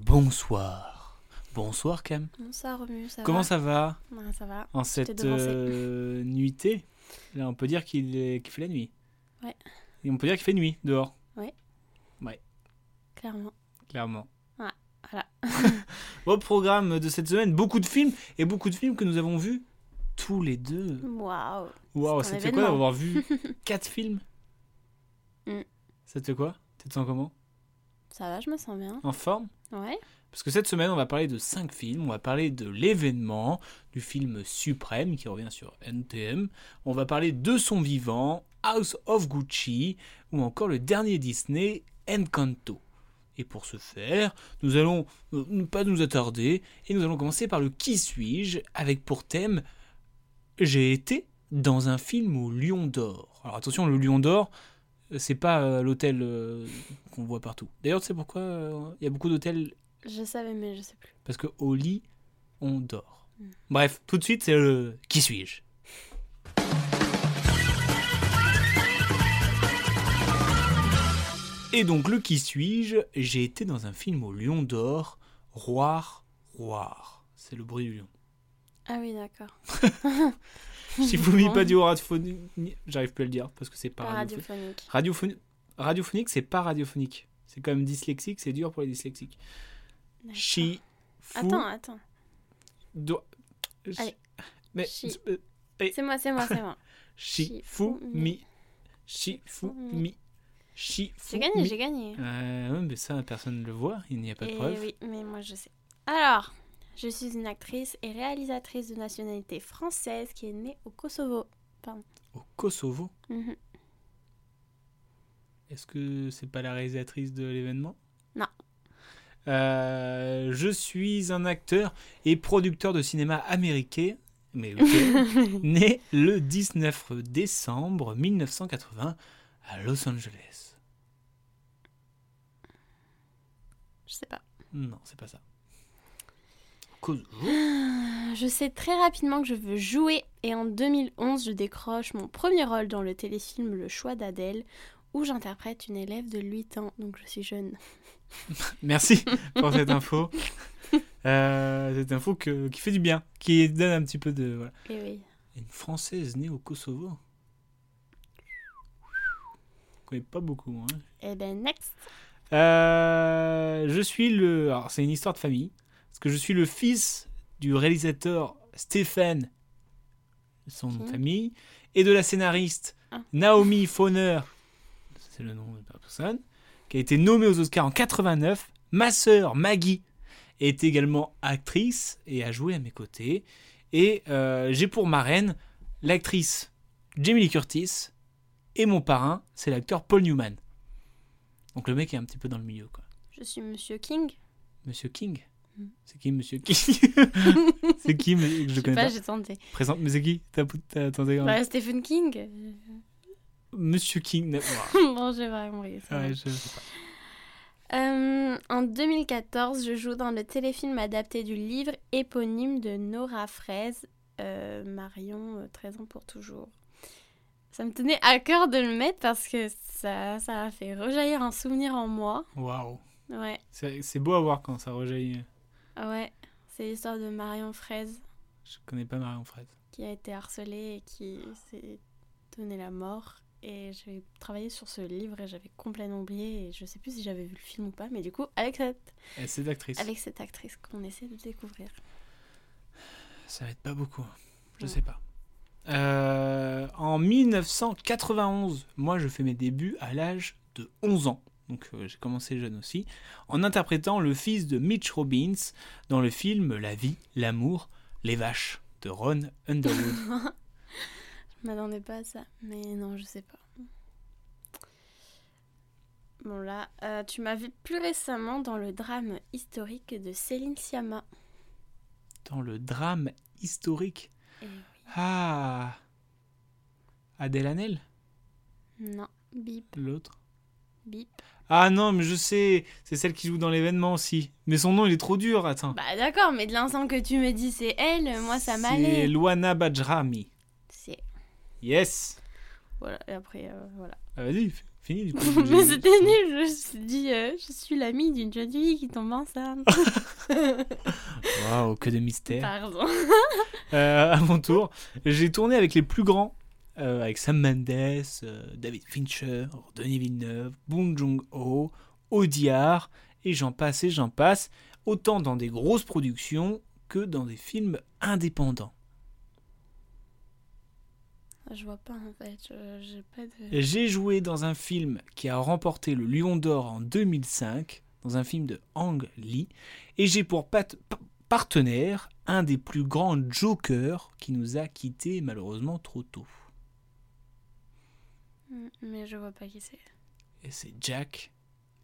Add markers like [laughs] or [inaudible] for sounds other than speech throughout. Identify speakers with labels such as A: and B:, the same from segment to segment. A: Bonsoir. Bonsoir Cam.
B: Bonsoir Romu, ça
A: Comment
B: va
A: ça va
B: Ouais, ça va.
A: En
B: Je t'ai
A: cette
B: devancé.
A: euh, nuitée, là on peut dire qu'il est- qu'il fait la nuit.
B: Ouais.
A: Et on peut dire qu'il fait nuit dehors,
B: Clairement.
A: clairement.
B: Ouais, voilà.
A: [laughs] Au programme de cette semaine, beaucoup de films et beaucoup de films que nous avons vus tous les deux.
B: Waouh.
A: Waouh,
B: C'est un
A: c'était quoi
B: événement.
A: d'avoir
B: [laughs]
A: vu 4 films
B: Mm.
A: C'était quoi Tu te sens comment
B: Ça va, je me sens bien.
A: En forme
B: Ouais.
A: Parce que cette semaine, on va parler de 5 films. On va parler de l'événement, du film Suprême qui revient sur NTM. On va parler de son vivant, House of Gucci, ou encore le dernier Disney, Encanto. Et pour ce faire, nous allons euh, ne pas nous attarder et nous allons commencer par le Qui suis-je avec pour thème J'ai été dans un film au Lion d'Or. Alors attention, le Lion d'Or, euh, c'est pas euh, l'hôtel euh, qu'on voit partout. D'ailleurs, tu sais pourquoi euh, il y a beaucoup d'hôtels
B: Je savais, mais je sais plus.
A: parce que au lit, on dort.
B: Mm.
A: Bref, tout de suite, c'est le qui suis-je Et donc le qui suis-je J'ai été dans un film au Lion d'Or, Roar, Roar. C'est le bruit
B: [laughs]
A: du lion.
B: Ah oui, d'accord.
A: Si vous ne pas du radiophonique, j'arrive plus à le dire parce que c'est pas
B: Pas
A: radiophonique.
B: radiophonique.
A: Radiophonique, radiophonique c'est pas radiophonique. C'est quand même dyslexique, c'est dur pour les dyslexiques.
B: D'accord.
A: Chi, fou,
B: Attends, attends.
A: do-
B: Allez.
A: Mais euh,
B: Chi. C'est moi, c'est moi, c'est
A: [laughs]
B: moi.
A: Shifumi. Shifumi.
B: J'ai
A: Shifumi.
B: gagné, j'ai gagné.
A: Euh, ouais, mais ça, personne ne le voit, il n'y a pas de
B: Et
A: preuve.
B: oui, mais moi je sais. Alors, je suis une actrice et réalisatrice de nationalité française qui est née au Kosovo.
A: Au Kosovo,
B: Mhm.
A: est-ce que c'est pas la réalisatrice de l'événement
B: Non.
A: Euh, je suis un acteur et producteur de cinéma américain, mais
B: [laughs]
A: ok, né le 19 décembre 1980 à Los Angeles.
B: Je sais pas.
A: Non, c'est pas ça. Kosovo.
B: Je sais très rapidement que je veux jouer et en 2011, je décroche mon premier rôle dans le téléfilm Le choix d'Adèle où j'interprète une élève de 8 ans, donc je suis jeune.
A: Merci pour cette info. Euh, cette info que- qui fait du bien, qui donne un petit peu de. voilà.
B: Et Eh oui.
A: Une Française née au Kosovo. Je connais pas beaucoup. hein.
B: Et ben next.
A: Euh, je suis le. Alors, c'est une histoire de famille. Parce que je suis le fils du réalisateur Stéphane, son nom de
B: Qui
A: famille, et de la scénariste
B: Ah.
A: Naomi Fauner, c'est le nom de la personne, qui a été nommée aux Oscars en 89. Ma sœur Maggie est également actrice et a joué à mes côtés. Et euh, j'ai pour marraine l'actrice Jamie Lee Curtis, et mon parrain, c'est l'acteur Paul Newman. Donc le mec est un petit peu dans le milieu, quoi.
B: Je suis Monsieur King.
A: Monsieur King
B: Mm.
A: C'est qui Monsieur King C'est qui mais je,
B: Je sais
A: connais pas.
B: pas, j'ai tenté.
A: Présente, mais c'est qui T'as- t'as- attendez,
B: Bah, Stephen King. [laughs]
A: Monsieur King. na-
B: bon, j'ai vraiment ri, ça va.
A: Ouais, je sais pas.
B: Euh, en 2014, je joue dans le téléfilm adapté du livre éponyme de Nora Fraise, euh, Marion, euh, 13 ans pour toujours. Ça me tenait à cœur de le mettre parce que ça, ça a fait rejaillir un souvenir en moi.
A: Waouh.
B: Ouais,
A: C'est c'est beau à voir quand ça rejaillit.
B: ouais. C'est l'histoire de Marion Fraise
A: Je connais pas Marion Fraise.
B: qui a été harcelée et qui s'est donné la mort. Et j'ai travaillé sur ce livre et j'avais complètement oublié. Et je sais plus si j'avais vu le film ou pas, mais du coup, avec cette,
A: Et C'est d'actrice.
B: avec cette actrice qu'on essaie de découvrir.
A: Ça va être pas beaucoup. Je
B: Ouais.
A: sais pas. Euh, en 1991, moi je fais mes débuts à l'âge de 11 ans. Donc euh, j'ai commencé jeune aussi. En interprétant le fils de Mitch Robbins dans le film La vie, l'amour, les vaches de Ron Underwood.
B: Je m'attendais pas à ça, mais non, je sais pas. Bon là, euh, tu m'as vu plus récemment dans le drame historique de Céline Sciamma.
A: Dans le drame historique.
B: Eh oui.
A: Ah Adèle Hanel,
B: Non, bip,
A: l'autre.
B: bip.
A: Ah non, mais je sais, c'est celle qui joue dans l'événement aussi. Mais son nom, il est trop dur, attends.
B: Bah d'accord, mais de l'instant que tu me dis c'est elle, Bah, moi ça
A: C'est
B: m'allait.
A: Luana Bajrami.
B: C'est...
A: Yes
B: Voilà, et après, euh, voilà.
A: Ah, Vas-y, f- finis du coup.
B: [laughs] mais c'était nul, je me suis dit, euh, je suis l'amie d'une jeune fille qui tombe enceinte.
A: Waouh, que de mystère.
B: Pardon. [laughs]
A: Euh, [laughs] à mon tour, j'ai tourné avec les plus grands, euh, avec Sam Mendes, euh, David Fincher, Denis Villeneuve, Bong Joon-ho, Audiard, et j'en passe et j'en passe, autant dans des grosses productions que dans des films indépendants.
B: Je vois pas en fait, je- j'ai pas de...
A: J'ai joué dans un film qui a remporté le Lion d'Or en 2005, dans un film de Ang Lee, et j'ai pour pat- pa- partenaire un des plus grands jokers qui nous a quittés malheureusement trop tôt.
B: Mm, Mais je vois pas qui c'est.
A: Et c'est Jack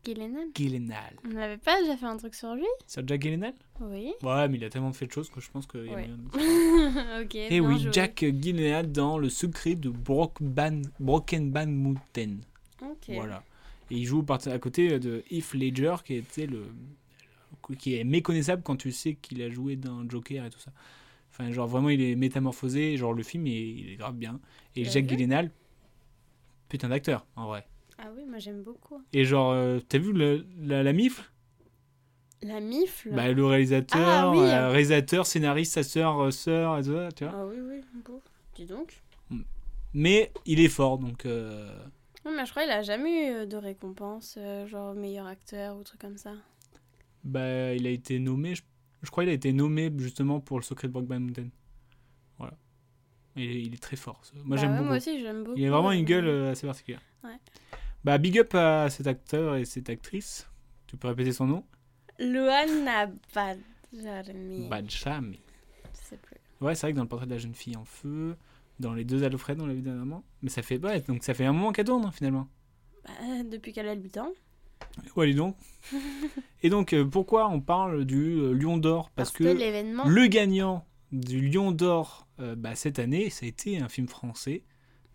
B: Gyllenhaal
A: Gyllenhaal.
B: On l'avait pas déjà fait un truc sur lui
A: Sur Jack Gyllenhaal
B: Oui. [laughs]
A: Ouais, mais il a tellement fait de choses que je pense qu'il y a
B: Ouais.
A: moyen de-
B: ok.
A: Eh
B: bien
A: oui,
B: joué.
A: Jack Gyllenhaal dans Le secret de Brockban, Brockenban Mountain.
B: Ok.
A: Voilà. Et il joue par- à côté de Heath Ledger, qui était le qui est méconnaissable quand tu sais qu'il a joué dans Joker et tout ça. Enfin, genre vraiment, il est métamorphosé. Genre le film, il, il est grave bien. Et
B: Tu l'as
A: Jack
B: vu
A: Gyllenhaal, putain d'acteur en vrai.
B: Ah oui, moi j'aime beaucoup.
A: Et genre, euh, t'as vu le- la, la mif
B: La mifle
A: Bah, le réalisateur,
B: Ah, oui.
A: euh, réalisateur, scénariste, sa sœur, euh, sœur, et tout ça, tu vois.
B: Ah oui, oui, beau. Dis donc.
A: Mais il est fort, donc. euh,
B: Non, mais je crois qu'il a jamais eu euh, de récompense, euh, genre meilleur acteur ou truc comme ça.
A: bah, il a été nommé, je, je crois qu'il a été nommé justement pour le secret de Brockman Mountain. Voilà. Et il est très fort. ce- Moi,
B: Bah
A: j'aime
B: ouais,
A: beaucoup.
B: Moi aussi, j'aime beaucoup.
A: Il a vraiment une
B: euh,
A: gueule euh, assez particulière.
B: Ouais.
A: Bah, big up à cet acteur et cette actrice. Tu peux répéter son nom
B: Luana Badjarmi.
A: Badsham.
B: Je sais plus.
A: Ouais, c'est vrai que dans le portrait de la jeune fille en feu, dans les deux Alfred, on l'a vu dernièrement. Mais ça fait ouais, donc ça fait un moment qu'elle tourne hein, finalement.
B: Bah, euh, depuis qu'elle a 8 ans.
A: Ouais, dis donc. Et donc, euh, pourquoi on parle du euh, Lion d'Or Parce que
B: l'événement.
A: le gagnant du Lion d'Or euh, bah, cette année, ça a été un film français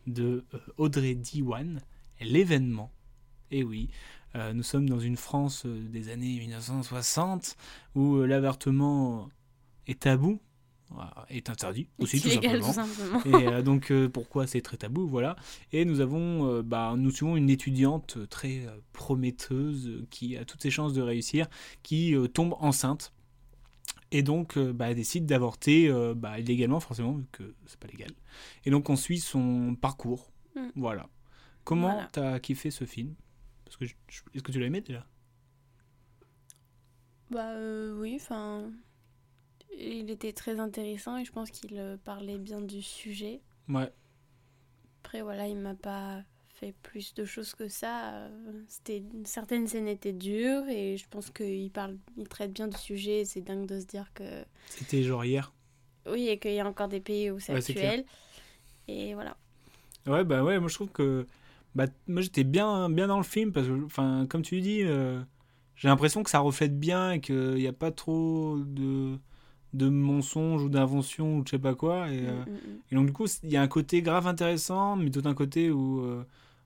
A: de euh, Audrey Diwan, L'événement. Et oui, euh, nous sommes dans une France euh, des années 1960 où euh, l'avortement est tabou, euh, est interdit aussi,
B: est
A: tout
B: illégal,
A: simplement.
B: tout simplement.
A: Et euh, donc euh, pourquoi c'est très tabou, voilà. Et nous avons, euh, bah, nous suivons une étudiante très euh, prometteuse euh, qui a toutes ses chances de réussir, qui euh, tombe enceinte et donc euh, bah, elle décide d'avorter euh, bah, illégalement forcément vu que c'est pas légal. Et donc on suit son parcours,
B: Mm.
A: voilà. Comment
B: Voilà.
A: t'as kiffé ce film Parce que je- je- est-ce que tu l'as aimé déjà
B: Bah euh, oui, enfin. Il était très intéressant et je pense qu'il euh, parlait bien du sujet.
A: Ouais.
B: Après, voilà, il m'a pas fait plus de choses que ça. Euh, C'était certaines scènes étaient dures et je pense qu'il parle, il traite bien du sujet. et C'est dingue de se dire que
A: C'était genre hier.
B: oui et qu'il y a encore des pays où c'est
A: Ouais, c'est clair.
B: actuel. Et voilà.
A: Ouais, bah ouais, moi je trouve que. Bah, moi j'étais bien, bien dans le film parce que, enfin, comme tu dis, euh, j'ai l'impression que ça reflète bien et qu'il n'y a pas trop de, de mensonges ou d'inventions ou de je sais pas quoi. Et, euh,
B: Mm, mm, mm.
A: et donc, du coup, c'est- il y a un côté grave intéressant, mais tout un côté où. euh,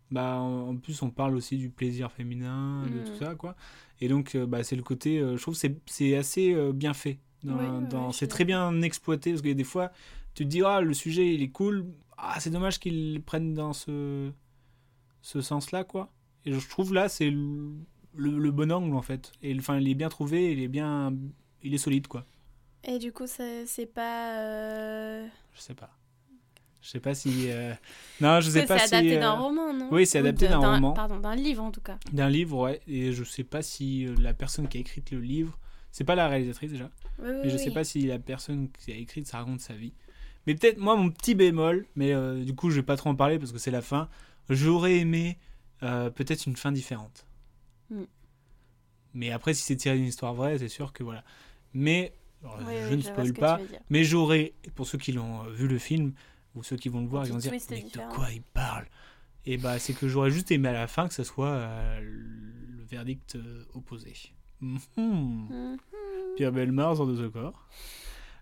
A: bah, en en plus, on parle aussi du plaisir féminin, de
B: Mm.
A: tout ça, quoi. Et donc, euh, bah, c'est le côté. euh, je trouve que c'est- c'est assez euh, bien fait. Dans,
B: Ouais, ouais,
A: dans-
B: ouais, je
A: c'est
B: suis
A: très bien exploité parce que des fois, tu te dis, ah, le sujet, il est cool. Ah, c'est dommage qu'ils le prennent dans ce, ce sens-là, quoi. Et je trouve là, c'est le, le- le bon angle, en fait. Et enfin, il est bien trouvé, il est bien. Il est solide, quoi.
B: Et du coup, ça- c'est pas. euh,
A: Je sais pas. Je sais pas si. euh, Non, je sais
B: C'est
A: pas si.
B: adapté d'un
A: euh,
B: roman, non
A: oui, c'est
B: Ou
A: adapté
B: de-
A: d'un roman.
B: Pardon, d'un livre en tout cas.
A: D'un livre, ouais. Et je sais pas si euh, la personne qui a écrit le livre, c'est pas la réalisatrice déjà,
B: Oui, oui,
A: mais je
B: oui.
A: sais pas si la personne qui a écrit ça raconte sa vie. Mais peut-être moi mon petit bémol, mais euh, du coup je vais pas trop en parler parce que c'est la fin. J'aurais aimé euh, peut-être une fin différente.
B: Mm.
A: Mais après si c'est tiré d'une histoire vraie, c'est sûr que voilà. Mais alors,
B: Oui,
A: je
B: oui,
A: ne
B: vois
A: spoil
B: ce que
A: pas.
B: tu veux dire.
A: Mais j'aurais, pour ceux qui l'ont euh, vu le film, ou ceux qui vont le voir,
B: Le
A: ils vont
B: petit
A: dire
B: twist est
A: Mais de
B: différent.
A: Eh ben, quoi il parle Et bah, c'est que j'aurais juste aimé à la fin que ce soit euh, verdict euh, opposé. Mhm. Pierre Belmar en deux accords.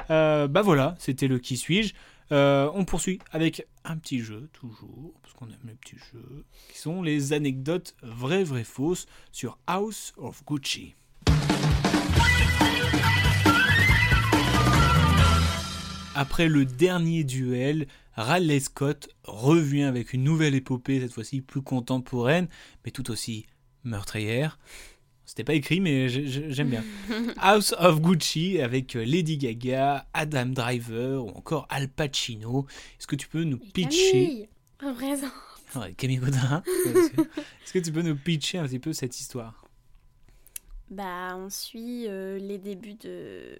A: Euh, bah voilà, c'était le qui suis-je. Euh, on poursuit avec un petit jeu, toujours, parce qu'on aime les petits jeux, qui sont les anecdotes vraies, vraies, fausses sur House of Gucci. Après le dernier duel, Raleigh Scott revient avec une nouvelle épopée, cette fois-ci plus contemporaine, mais tout aussi meurtrière. C'était pas écrit, mais j'ai- j'ai- j'aime
B: [laughs]
A: bien. House of Gucci avec euh, Lady Gaga, Adam Driver ou encore Al Pacino. Est-ce que tu peux nous pitcher
B: Camille, représente.
A: Ouais, Camille [laughs] Godin. Est-ce que tu peux nous pitcher un petit peu cette histoire
B: Bah, on suit euh, les débuts de,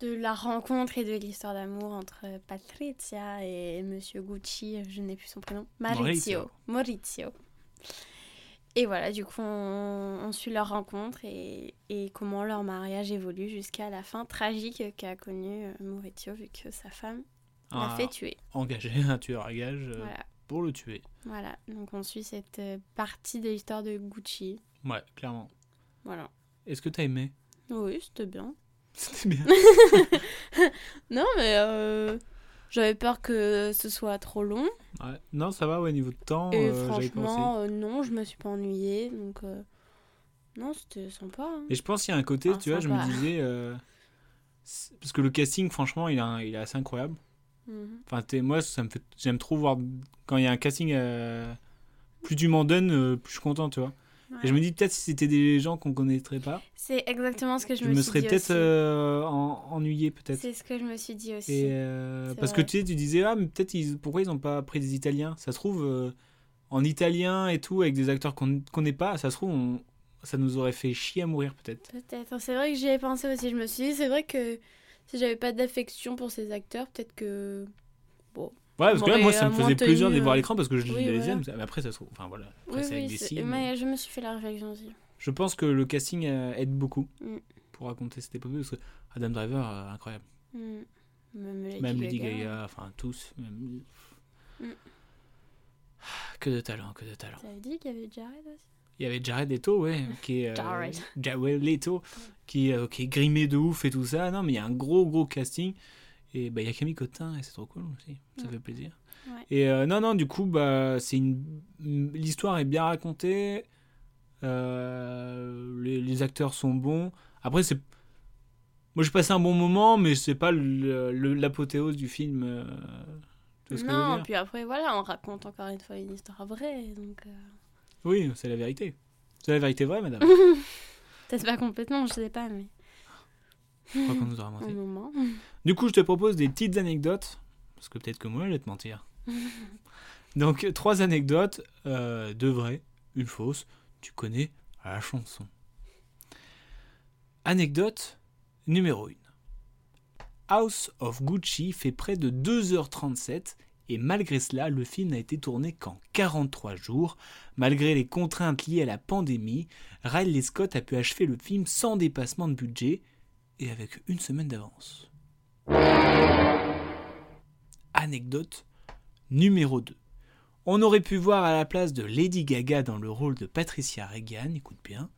B: de la rencontre et de l'histoire d'amour entre Patrizia et Monsieur Gucci, je n'ai plus son prénom, Maurizio. Maurizio. Et voilà, du coup, on, on suit leur rencontre et, et comment leur mariage évolue jusqu'à la fin tragique qu'a connue euh, Maurizio, vu que sa femme l'a
A: Ah,
B: fait tuer.
A: Engager un tueur à gage euh,
B: Voilà.
A: pour le tuer.
B: voilà, donc on suit cette euh, partie de l'histoire de Gucci.
A: Ouais, clairement.
B: Voilà.
A: Est-ce que t'as aimé [laughs]
B: Oui, c'était bien.
A: C'était bien.
B: Non, mais euh, j'avais peur que ce soit trop long.
A: Ouais. Non, ça va, ouais, niveau de temps,
B: et
A: euh, j'avais pas aussi.
B: franchement, euh, non, je me suis pas ennuyée. Donc, euh, non, c'était sympa. hein.
A: Et je pense qu'il y a un côté,
B: Ah,
A: tu vois, je me
B: sympa.
A: disais. euh, c'est- parce que le casting, franchement, il, a, il est assez incroyable.
B: Mhm.
A: Enfin, t'es- moi, ça me fait, j'aime trop voir quand il y a un casting. euh, plus tu m'en donnes, euh, plus je suis content, tu vois. Et je me dis peut-être si c'était des gens qu'on connaîtrait pas,
B: C'est exactement ce que je,
A: je me
B: suis
A: serais
B: dit
A: peut-être
B: aussi.
A: euh, en- ennuyé peut-être.
B: C'est ce que je me suis dit aussi.
A: Et euh,
B: C'est
A: parce
B: vrai.
A: que tu sais, tu disais ah mais peut-être ils, pourquoi ils n'ont pas pris des Italiens. Ça se trouve euh, en italien et tout avec des acteurs qu'on connaît pas, ça se trouve on- ça nous aurait fait chier à mourir peut-être.
B: Peut-être. C'est vrai que j'y ai pensé aussi. Je me suis dit, c'est vrai que si j'avais pas d'affection pour ces acteurs, peut-être que.
A: Ouais parce
B: On
A: que là, moi
B: aurait,
A: ça me
B: euh, moins
A: faisait plaisir de les
B: tenu,
A: voir à
B: euh,
A: l'écran parce que je
B: oui,
A: les
B: voilà.
A: aime. Mais après ça se trouve, enfin voilà, après,
B: oui,
A: c'est avec
B: oui,
A: des
B: c'est-
A: signes.
B: mais je me suis fait la réflexion aussi.
A: Je pense que le casting euh, aide beaucoup
B: Mm.
A: pour raconter cette épopée parce que Adam Driver euh, incroyable,
B: Mhm. Même Lady
A: même Lady
B: Gaga.
A: Gaga, enfin tous. même-
B: Mm.
A: [sighs] Que de talent, que de talent.
B: T'avais dit qu'il y avait Jared aussi
A: Il y avait Jared Leto,
B: [laughs]
A: ouais, qui est euh,
B: Jared.
A: Jared Leto, qui, euh, qui est grimé de ouf et tout ça. Non, mais il y a un gros, gros casting. Et bah, il y a Camille Cotin, et c'est trop cool aussi. Ça
B: Ouais.
A: fait plaisir.
B: Mm. Ouais.
A: Et euh, non, non, du coup, bah, c'est une... une- l'histoire est bien racontée. Euh, les, les acteurs sont bons. Après, c'est. Moi, j'ai passé un bon moment, mais c'est pas le- le- l'apothéose du film. euh, tu vois ce que je veux
B: Non,
A: dire
B: puis après, voilà, on raconte encore une fois une histoire vraie. Donc. euh,
A: Oui, c'est la vérité. C'est la vérité vraie,
B: [laughs]
A: madame.
B: Peut-être pas complètement, je sais pas, mais
A: Je crois qu'on nous aura menti.
B: un moment.
A: Du coup, je te propose des petites anecdotes, parce que peut-être que moi, je vais te mentir. Donc, trois anecdotes, euh, deux vraies, une fausse. Tu connais la chanson. Anecdote numéro 1. House of Gucci fait près de 2h37 et malgré cela, le film n'a été tourné qu'en 43 jours. Malgré les contraintes liées à la pandémie, Riley Scott a pu achever le film sans dépassement de budget et avec une semaine d'avance. Anecdote numéro 2. On aurait pu voir à la place de Lady Gaga dans le rôle de Patricia Reagan, écoute bien,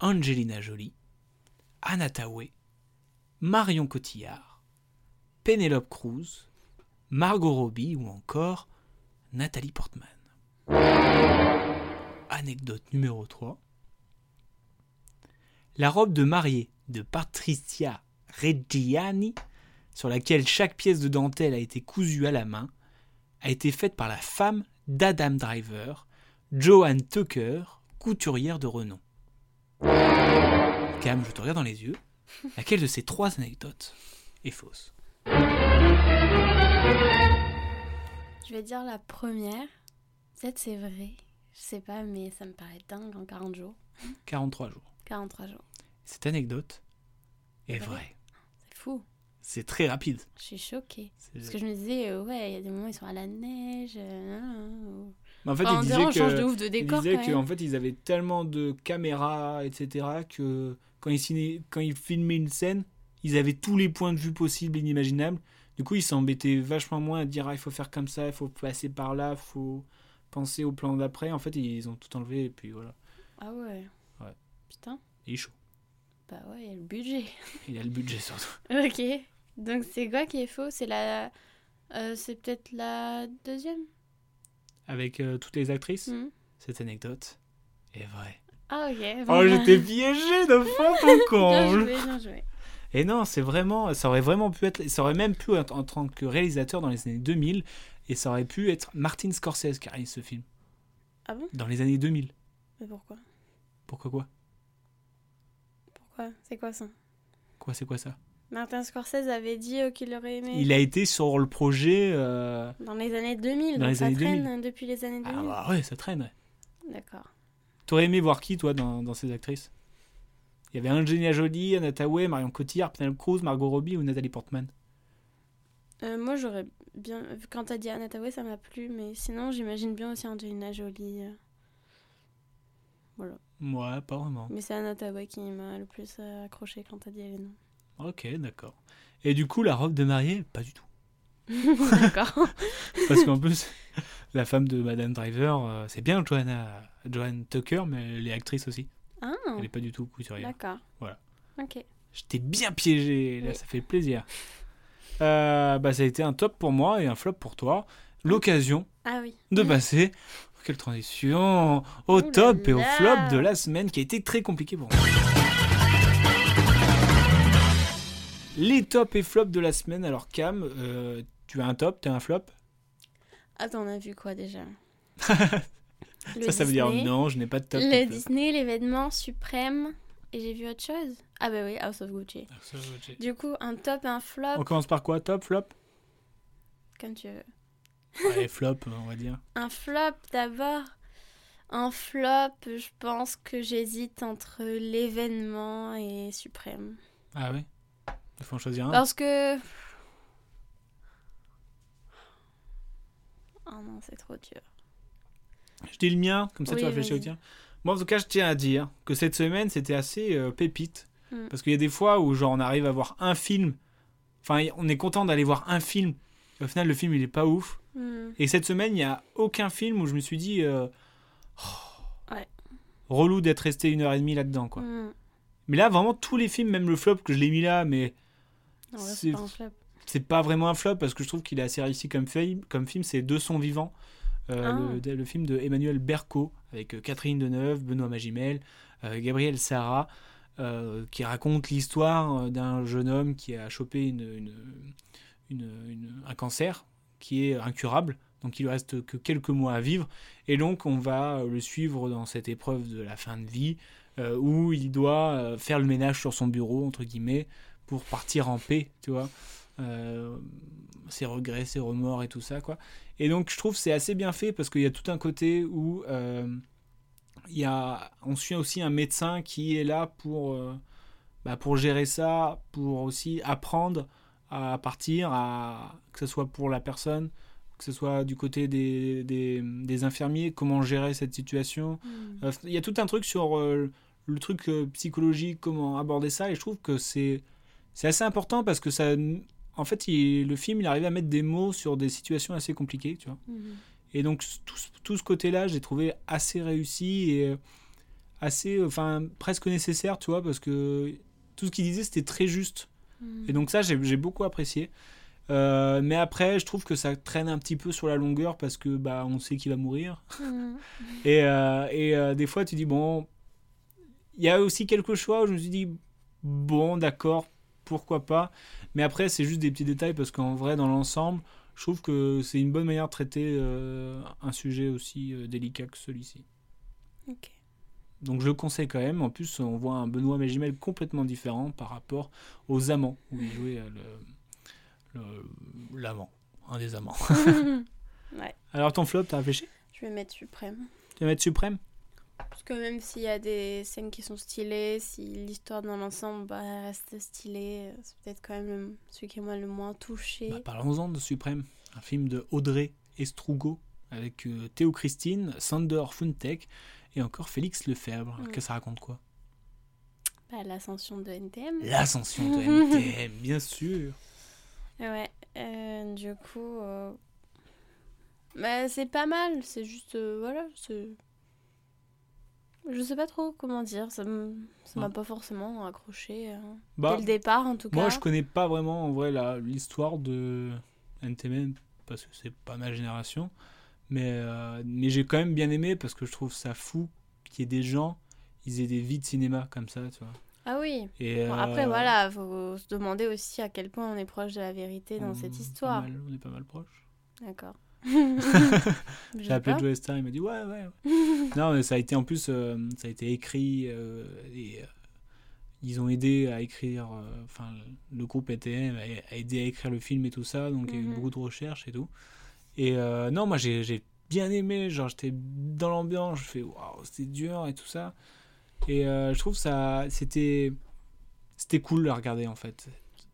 A: Angelina Jolie, Anna Tawai, Marion Cotillard, Penelope Cruz, Margot Robbie ou encore Nathalie Portman. Anecdote numéro 3. La robe de mariée de Patricia Reggiani sur laquelle chaque pièce de dentelle a été cousue à la main, a été faite par la femme d'Adam Driver, Joanne Tucker, couturière de renom. Cam, je te regarde dans les
B: [laughs]
A: yeux. Laquelle de ces trois anecdotes est fausse
B: [laughs] Je vais dire la première. Peut-être c'est vrai. Je sais pas, mais ça me paraît dingue en 40 jours.
A: 43 jours.
B: 43 jours.
A: Cette anecdote est
B: Ouais.
A: vraie.
B: C'est fou.
A: C'est très rapide.
B: Je suis choquée.
A: C'est-
B: Parce que je me disais, euh, ouais, il y a des moments, ils sont à la neige. euh, nan, nan, ou-
A: Mais En fait,
B: Enfin,
A: il
B: on
A: disait
B: dirait, on
A: que-
B: change de ouf de
A: Il
B: décor.
A: disait
B: quand
A: que,
B: même.
A: en fait, ils avaient tellement de caméras, etc., que quand ils, ciné- quand ils filmaient une scène, ils avaient tous les points de vue possibles et inimaginables. Du coup, ils s'embêtaient vachement moins à dire ah, il faut faire comme ça, il faut passer par là, il faut penser au plan d'après. En fait, ils ont tout enlevé et puis voilà.
B: Ah ouais.
A: Ouais.
B: Putain.
A: Il est chaud.
B: Bah ouais, il y a le budget. [laughs]
A: Il a le budget surtout.
B: Ok. Donc c'est quoi qui est faux C'est la. euh, c'est peut-être la deuxième
A: Avec euh, toutes les actrices,
B: Hmm.
A: cette anecdote est vraie.
B: Ah ok. bon,
A: Oh,
B: bah,
A: j'étais piégé de fond en
B: [laughs] Bien
A: comble.
B: joué, bien joué.
A: Et non, c'est vraiment, ça aurait vraiment pu être, ça aurait même pu être en tant que réalisateur dans les années 2000, et ça aurait pu être Martin Scorsese qui réalise ce film.
B: Ah bon
A: Dans les années 2000.
B: Mais pourquoi
A: Pourquoi quoi
B: Pourquoi C'est quoi ça
A: Quoi, c'est quoi ça
B: Martin Scorsese avait dit euh, qu'il aurait aimé.
A: Il a été sur le projet. euh,
B: Dans les années 2000,
A: Dans
B: donc
A: les
B: ça
A: années
B: traîne
A: 2000.
B: hein, depuis les années 2000.
A: Ah bah ouais, ça traîne. ouais.
B: D'accord.
A: T'aurais aimé voir qui, toi, dans, dans ces actrices Il y avait Angelina Jolie, Anna Thaoué, Marion Cotillard, Penelope Cruz, Margot Robbie ou Nathalie Portman
B: Euh, moi j'aurais bien. Quand t'as dit Anna Tawai, ça m'a plu, mais sinon j'imagine bien aussi Angelina Jolie. euh.
A: Moi, pas vraiment.
B: Mais c'est Anna Tawai qui m'a le plus euh, accroché quand t'as dit les
A: [laughs]
B: noms.
A: Ok, d'accord. Et du coup, la robe de mariée, pas du tout.
B: D'accord.
A: Parce qu'en plus, [laughs] la femme de Madame Driver, euh, c'est bien Joanna, Joanne Tucker, mais elle est actrice aussi.
B: Ah,
A: Elle est pas du tout couturière.
B: d'accord.
A: Voilà.
B: Ok.
A: J'étais bien piégé, là,
B: Oui.
A: ça fait plaisir. Euh, bah, ça a été un top pour moi et un flop pour toi. L'occasion
B: Ah oui.
A: de passer, quelle transition, au
B: Ouh là
A: top et au
B: là.
A: flop de la semaine qui a été très compliqué pour moi. Les tops et flops de la semaine. Alors, Cam, euh, tu as un top, tu as un flop
B: Attends, on a vu
A: [laughs]
B: quoi déjà Le
A: Ça, ça veut dire
B: Disney,
A: non, je n'ai pas de top.
B: Le
A: et flop.
B: Disney, l'événement suprême. Et j'ai vu autre chose Ah bah oui, House of Gucci. Du coup, un top, un flop,
A: On commence par quoi Top, flop
B: comme tu veux.
A: Allez, flop, on va dire.
B: Un flop d'abord. Un flop, je pense que j'hésite entre l'événement et suprême.
A: Ah ouais Il faut en choisir un.
B: Parce que... Oh non, c'est trop dur.
A: Je dis le mien, comme ça tu
B: Oui,
A: réfléchis au
B: vas-y.
A: tien. Moi, en tout cas, je tiens à dire que cette semaine, c'était assez euh, pépite.
B: Mm.
A: Parce qu'il y a des fois où, genre, on arrive à voir un film. Enfin, y- on est content d'aller voir un film. Au final, le film, il est pas ouf.
B: Hmm.
A: Et cette semaine, il n'y a aucun film où je me suis dit. euh, oh,
B: Ouais.
A: Relou d'être resté une heure et demie là-dedans, quoi.
B: Hmm.
A: Mais là, vraiment, tous les films, même le flop que je l'ai mis là, mais
B: Non, ouais,
A: C'est-
B: c'est pas un flop.
A: c'est pas vraiment un flop parce que je trouve qu'il est assez réussi comme film. Comme film, c'est Deux sons vivants, Euh,
B: Ah.
A: le- le, film de Emmanuel Berco avec euh, Catherine Deneuve, Benoît Magimel, euh, Gabriel Sarah, euh, qui raconte l'histoire euh, d'un jeune homme qui a chopé une- une- une- une- un cancer qui est incurable. Donc il lui reste que quelques mois à vivre et donc on va euh, le suivre dans cette épreuve de la fin de vie euh, où il doit euh, faire le ménage sur son bureau entre guillemets pour partir en paix, tu vois. Euh, ses regrets, ses remords et tout ça, quoi. Et donc, je trouve que c'est assez bien fait parce qu'il y a tout un côté où euh, il y a, on suit aussi un médecin qui est là pour, euh, bah, pour gérer ça, pour aussi apprendre à partir, à, que ce soit pour la personne, que ce soit du côté des, des- des infirmiers, comment gérer cette situation.
B: Hmm.
A: Euh, Il y a tout un truc sur euh, le truc euh, psychologique, comment aborder ça, et je trouve que c'est c'est assez important parce que ça, en fait, il- le film, il arrive à mettre des mots sur des situations assez compliquées, tu vois.
B: Hmm.
A: Et donc tout, ce- tout ce côté-là, j'ai trouvé assez réussi et euh, assez, enfin presque nécessaire, tu vois, parce que tout ce qu'il disait, c'était très juste.
B: Hmm.
A: Et donc ça, j'ai j'ai beaucoup apprécié. Euh, mais après, je trouve que ça traîne un petit peu sur la longueur parce que bah on sait qu'il va mourir.
B: Hmm.
A: [laughs]
B: [laughs]
A: Et, euh, et, euh, des fois, tu dis, bon, il y a aussi quelques choix où je me suis dit, bon, d'accord, pourquoi pas. Mais après, c'est juste des petits détails parce qu'en vrai, dans l'ensemble, je trouve que c'est une bonne manière de traiter euh, un sujet aussi euh, délicat que celui-ci.
B: Ok.
A: Donc je le conseille quand même. En plus, on voit un Benoît Magimel complètement différent par rapport aux amants, où il jouait euh, le- le- l'amant, un des amants.
B: Ouais.
A: Alors ton flop, t'as réfléchi
B: Je vais mettre suprême.
A: Tu vas mettre suprême
B: Parce que même s'il y a des scènes qui sont stylées, si l'histoire dans l'ensemble bah, elle reste stylée, euh, c'est peut-être quand même le- celui qui m'a le moins touché.
A: Bah, Parlons-en de Suprême, un film de Audrey Estrugo avec euh, Théo Christine, Sandor Funtek et encore Félix Lefebvre. Alors,
B: Mm.
A: Qu'est-ce que ça raconte quoi
B: L'ascension de NTM.
A: L'ascension de MTM, bien sûr.
B: Ouais, euh, du coup. euh, bah, c'est pas mal, c'est juste. euh, voilà, c'est. Je je sais pas trop comment dire. Ça m- ça m'a pas forcément accroché. euh,
A: Bah,
B: Dès le départ, en tout
A: Moi,
B: cas.
A: je connais pas vraiment en vrai la- l'histoire de NTM parce que c'est pas ma génération, mais euh, mais j'ai quand même bien aimé parce que je trouve ça fou qu'il y ait des gens, ils aient des vies de cinéma comme ça, tu vois.
B: Ah oui.
A: Et
B: Bon, après,
A: euh,
B: voilà, faut se demander aussi à quel point on est proche de la vérité dans
A: on-
B: cette
A: pas
B: histoire.
A: mal- on est pas mal proche.
B: [laughs] D'accord.
A: J'ai appelé Joe Star, il m'a dit ouais ouais.
B: [laughs]
A: ouais. non mais ça a été en plus euh, ça a été écrit euh, et euh, ils ont aidé à écrire euh, enfin le groupe ETM a, a aidé à écrire le film et tout ça donc il y a eu
B: Mhm.
A: beaucoup de recherches et tout. Et euh, non moi j'ai j'ai bien aimé genre j'étais dans l'ambiance je fais waouh c'était dur et tout ça et euh, je trouve ça c'était c'était cool à regarder en fait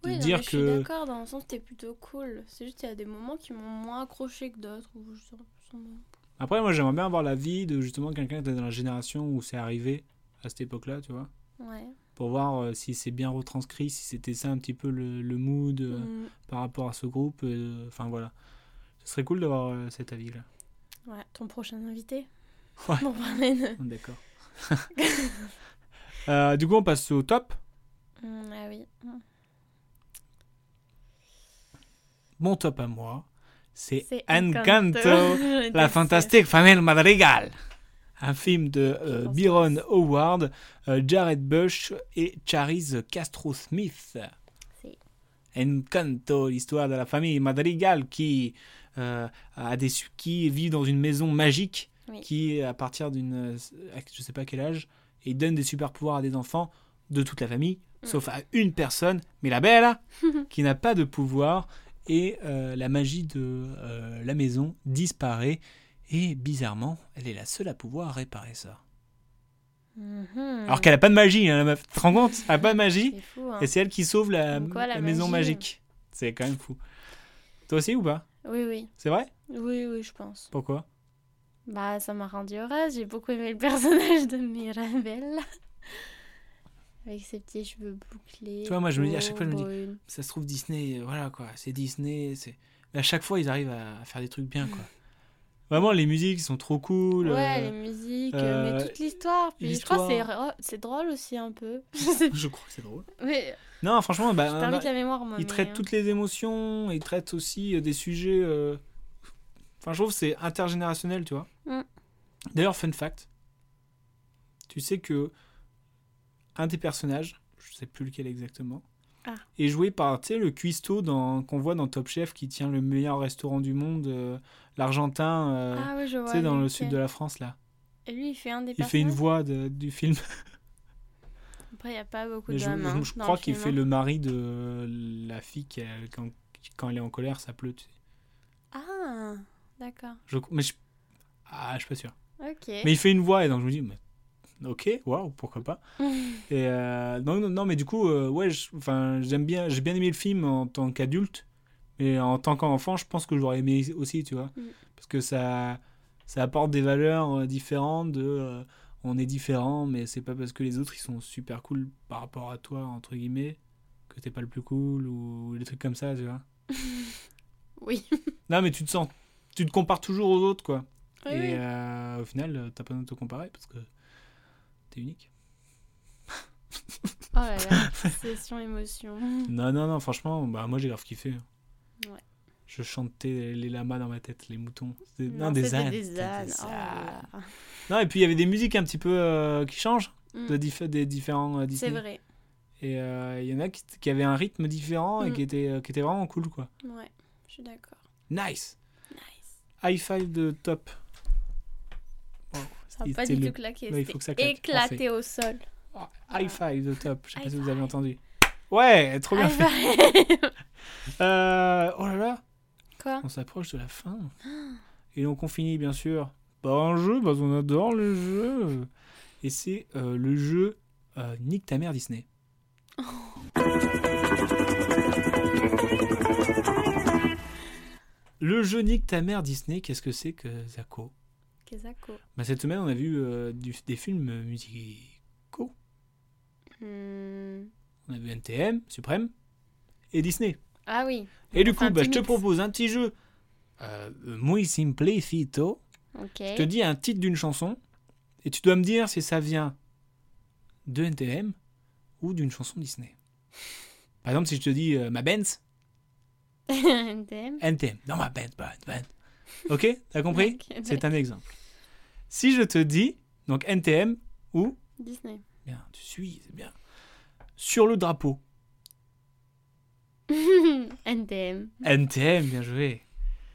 A: de
B: Oui, non,
A: dire
B: mais je suis
A: que
B: d'accord, dans le sens c'était plutôt cool. C'est juste qu'il y a des moments qui m'ont moins accroché que d'autres. où je sens- je sens-
A: Après, moi, j'aimerais bien avoir la vie de justement quelqu'un qui était dans la génération où c'est arrivé à cette époque-là, tu vois,
B: Ouais.
A: pour voir euh, si c'est bien retranscrit, si c'était ça un petit peu le, le mood euh,
B: Mm.
A: par rapport à ce groupe. euh, Enfin, voilà. Ce serait cool d'avoir euh, cet avis-là.
B: Ouais, ton prochain invité. [laughs]
A: Ouais.
B: Pour parler de-
A: D'accord. [laughs] Euh, du coup, on passe au top.
B: Mm, ah oui. Mm.
A: Mon top à moi, c'est
B: C'est [laughs]
A: Encanto,
B: J'allais dire,
A: la
B: c'est-
A: fantastique famille Madrigal. Un film de euh,
B: Je pense
A: Byron Howard, euh, Jared Bush et Charis Castro-Smith.
B: Si.
A: Encanto, l'histoire de la famille Madrigal qui, euh, a des, su- qui vit dans une maison magique
B: Oui.
A: qui, à partir d'une. euh, je sais pas quel âge, et donne des super pouvoirs à des enfants de toute la famille,
B: Mm.
A: sauf à une personne, mais la
B: [laughs]
A: belle, qui n'a pas de pouvoir, et euh, la magie de euh, la maison disparaît, et bizarrement, elle est la seule à pouvoir réparer ça.
B: Mhm.
A: Alors qu'elle a pas de magie, hein, la meuf, tu te rends compte Elle a pas de magie,
B: C'est fou, hein.
A: et c'est elle qui sauve la,
B: Comme quoi, la
A: la maison
B: magie. euh
A: magique. C'est quand même fou. Toi aussi ou pas
B: Oui, oui.
A: C'est vrai
B: Oui, oui, je pense.
A: Pourquoi
B: Bah, ça m'a rendu heureuse. J'ai beaucoup aimé le [laughs] personnage de Mirabelle. Avec ses petits cheveux bouclés.
A: Tu vois, moi, je me dis, à
B: beau,
A: chaque fois, je me dis,
B: brune.
A: Ça se trouve, Disney, euh, voilà quoi, c'est Disney, c'est. Mais à chaque fois, ils arrivent à faire des trucs bien quoi. Vraiment, les musiques sont trop cool.
B: Ouais,
A: euh,
B: les musiques,
A: euh,
B: mais toute l'histoire. Puis je crois que c'est ro- c'est drôle aussi un peu. [laughs] Je sais
A: Je crois que c'est drôle.
B: pas. Mais
A: Non, franchement, bah,
B: je t'invite
A: bah,
B: la mémoire, moi.
A: ils
B: mais,
A: traitent
B: euh,
A: toutes les émotions, ils traitent aussi euh, des sujets. euh, Enfin, je trouve que c'est intergénérationnel, tu vois.
B: Mm.
A: D'ailleurs, fun fact, tu sais que un des personnages, je sais plus lequel exactement,
B: Ah.
A: est joué par tu sais le cuistot dans- qu'on voit dans Top Chef qui tient le meilleur restaurant du monde, euh, l'Argentin, euh,
B: Ah ouais, je
A: tu
B: vois.
A: sais dans le
B: lequel.
A: sud de la France là.
B: Et lui, il fait un des
A: Il fait une
B: personnages.
A: voix de- du film.
B: Après, il n'y a pas beaucoup
A: Mais
B: de
A: [laughs] je,
B: hommes. hein,
A: je- je
B: dans
A: crois qu'il
B: film,
A: fait
B: hein.
A: le mari de la fille qui a- quand, quand elle est en colère, ça pleut. tu sais.
B: Ah, d'accord.
A: Je, mais je, ah, je suis pas sûr.
B: Ok.
A: Mais il fait une voix et donc je me dis, mais, ok, waouh, pourquoi pas. [laughs] et euh, non, non, non, mais du coup, euh, ouais, je- enfin, j'aime bien, j'ai bien aimé le film en tant qu'adulte, mais en tant qu'enfant, je pense que j'aurais aimé aussi, tu vois,
B: Mm.
A: parce que ça, ça apporte des valeurs euh, différentes de. euh, on est différent, mais c'est pas parce que les autres ils sont super cool par rapport à toi, entre guillemets, que t'es pas le plus cool ou des trucs comme ça, tu vois.
B: Oui.
A: Non, mais tu te sens, tu te compares toujours aux autres, quoi.
B: [laughs] Oui,
A: Et
B: oui.
A: euh, au final, euh, t'as pas besoin de te comparer parce que t'es unique.
B: Oh
A: [laughs]
B: là là, session émotion.
A: Non, non, non, franchement, bah, moi j'ai grave kiffé.
B: Ouais.
A: Je chantais les lamas dans ma tête, les moutons. C'était- Non,
B: Non,
A: des
B: c'était
A: ânes.
B: Des
A: Putain,
B: ânes.
A: des
B: Oh là là.
A: Non, et puis il y avait des musiques un petit peu euh, qui changent
B: Mm.
A: de dif- des différents euh, Disney.
B: C'est vrai.
A: Et euh, il y en a qui, qui avaient un rythme différent et
B: Mm.
A: qui étaient, euh, qui étaient vraiment cool, quoi.
B: Ouais, je suis d'accord.
A: Nice!
B: Nice.
A: High five de top.
B: Ça
A: Il
B: n'a pas
A: était
B: du
A: le-
B: tout claqué.
A: Ouais, il
B: c'était
A: faut que ça claque.
B: éclaté au sol.
A: Ah, High five de top. Je sais pas
B: High
A: si vous avez entendu. Ouais, trop bien
B: Ah,
A: fait.
B: bah.
A: Euh, oh là là!
B: [laughs]
A: [laughs]
B: Quoi
A: On s'approche de la fin. Et donc on finit bien sûr par un jeu, parce qu'on adore le jeu. Et c'est euh, le jeu euh, Nique ta mère Disney. Le jeu Nique ta mère Disney, qu'est-ce que c'est que Zako
B: Kesako.
A: bah, Cette semaine on a vu euh, du- des films musicaux.
B: Hmm.
A: On a vu NTM, Suprême et Disney.
B: Ah oui.
A: Et du
B: Enfin,
A: coup, bah, je te
B: Timix.
A: propose un petit jeu euh, muy simplecito.
B: Ok.
A: Je te dis un titre d'une chanson Et tu dois me dire si ça vient de NTM ou d'une chanson Disney. Par exemple, si je te dis euh, ma Benz,
B: [laughs] NTM.
A: NTM. Non, ma Benz, Benz, Benz. Ok T'as compris
B: Ok,
A: C'est un exemple. Si je te dis, donc NTM ou.
B: Disney. [laughs]
A: Bien, tu suis, c'est bien. Sur le drapeau.
B: NTM.
A: NTM, bien joué.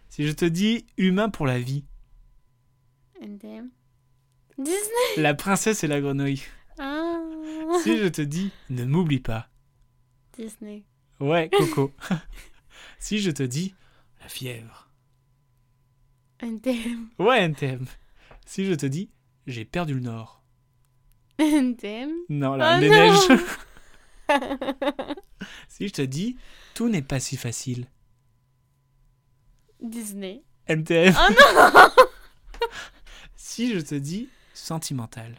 A: Si je te dis humain pour la vie,
B: NTM.
A: [laughs]
B: Disney.
A: la princesse et la grenouille.
B: Ah.
A: Si je te dis ne m'oublie pas,
B: Disney.
A: [laughs] Ouais, Coco. si je te dis la fièvre.
B: [laughs] NTM.
A: Ouais, NTM. Si je te dis j'ai perdu le nord. Ah
B: NTM.
A: Non, la Reine
B: Oh
A: des
B: non
A: neiges. [laughs] si je te dis tout n'est pas si facile.
B: [laughs] Disney. [laughs]
A: NTM.
B: Oh
A: non Ah [laughs] Si je te dis sentimental.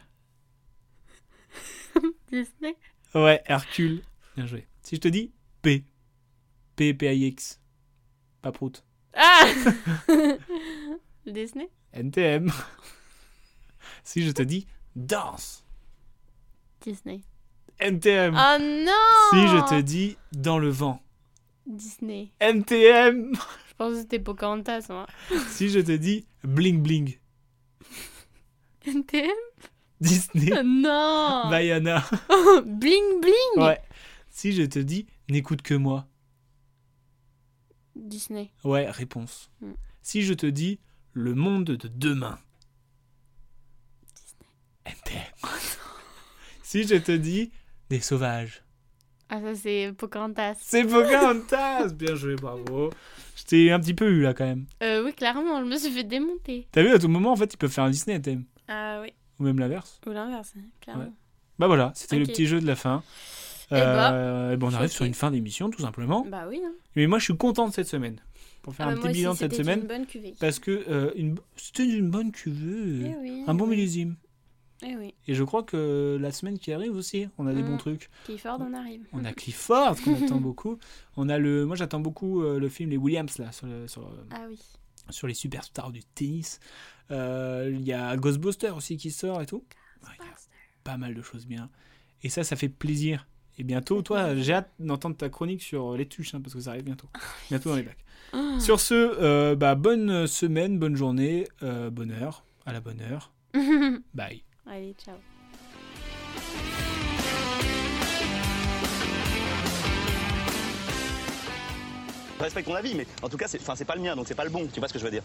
B: Disney.
A: Ouais, Hercule. Bien joué. Si je te dis P. P, P, I, X. Pas prout.
B: Ah. [laughs] Disney.
A: NTM. si je te dis danse.
B: Disney.
A: NTM.
B: Oh non.
A: Hmm. Si je te dis dans le vent,
B: Disney.
A: NTM.
B: Je pense que c'était Pocahontas, moi.
A: [laughs]
B: [laughs]
A: Si je te dis bling bling,
B: NTM.
A: [laughs] Disney,
B: [laughs] Non.
A: Bah Bayana.
B: [laughs] bling bling.
A: Ouais. Si je te dis n'écoute que moi,
B: Disney.
A: ouais, réponse.
B: Mm.
A: Si je te dis le monde de demain,
B: Oh
A: NTM. [laughs] si je te dis des sauvages,
B: Ah, ça, c'est Pocahontas.
A: c'est Pocahontas. Bien joué, bravo. Je t'ai un petit peu eu là quand même.
B: Euh, oui, clairement, je me suis fait démonter.
A: T'as vu à tout moment en fait ils peuvent faire un Disney NTM
B: Ah oui.
A: ou même l'inverse.
B: Ou l'inverse, hein, clairement.
A: Ouais. Bah voilà, c'était
B: Ok.
A: le petit jeu de la fin.
B: Eh bah,
A: Eh ben, on arrive
B: choquée.
A: sur une fin d'émission tout simplement.
B: Bah oui. hein.
A: Mais moi je suis content de cette semaine. Pour faire
B: Ah,
A: un
B: bah,
A: petit
B: moi
A: bilan de
B: aussi,
A: cette
B: c'était
A: semaine.
B: une bonne cuvée.
A: Parce que euh, une... c'était une bonne cuvée.
B: Eh oui,
A: Euh, Un bon
B: eh oui.
A: millésime.
B: Eh oui.
A: Et je crois que la semaine qui arrive aussi, on a des
B: Mm.
A: bons trucs.
B: Clifford, on arrive.
A: On a Clifford qu'on
B: [laughs]
A: attend beaucoup. On a le, moi j'attends beaucoup euh, le film Les Williams là sur, le- sur,
B: Ah oui.
A: sur les superstars du tennis. Euh, Il y a Ghostbusters aussi qui sort et tout. Ouais, il y a pas mal de choses bien. Et ça, ça fait plaisir. Et bientôt, toi, j'ai hâte d'entendre ta chronique sur les tuches, hein, parce que ça arrive bientôt. Bientôt dans les bacs. Sur ce, euh, bah, bonne semaine, bonne journée, euh, bonne heure, à la bonne heure. Bye.
B: Allez, ciao.
C: Je respecte ton avis, mais en tout cas, c'est enfin, c'est pas le mien, donc c'est pas le bon. Tu vois ce que je veux dire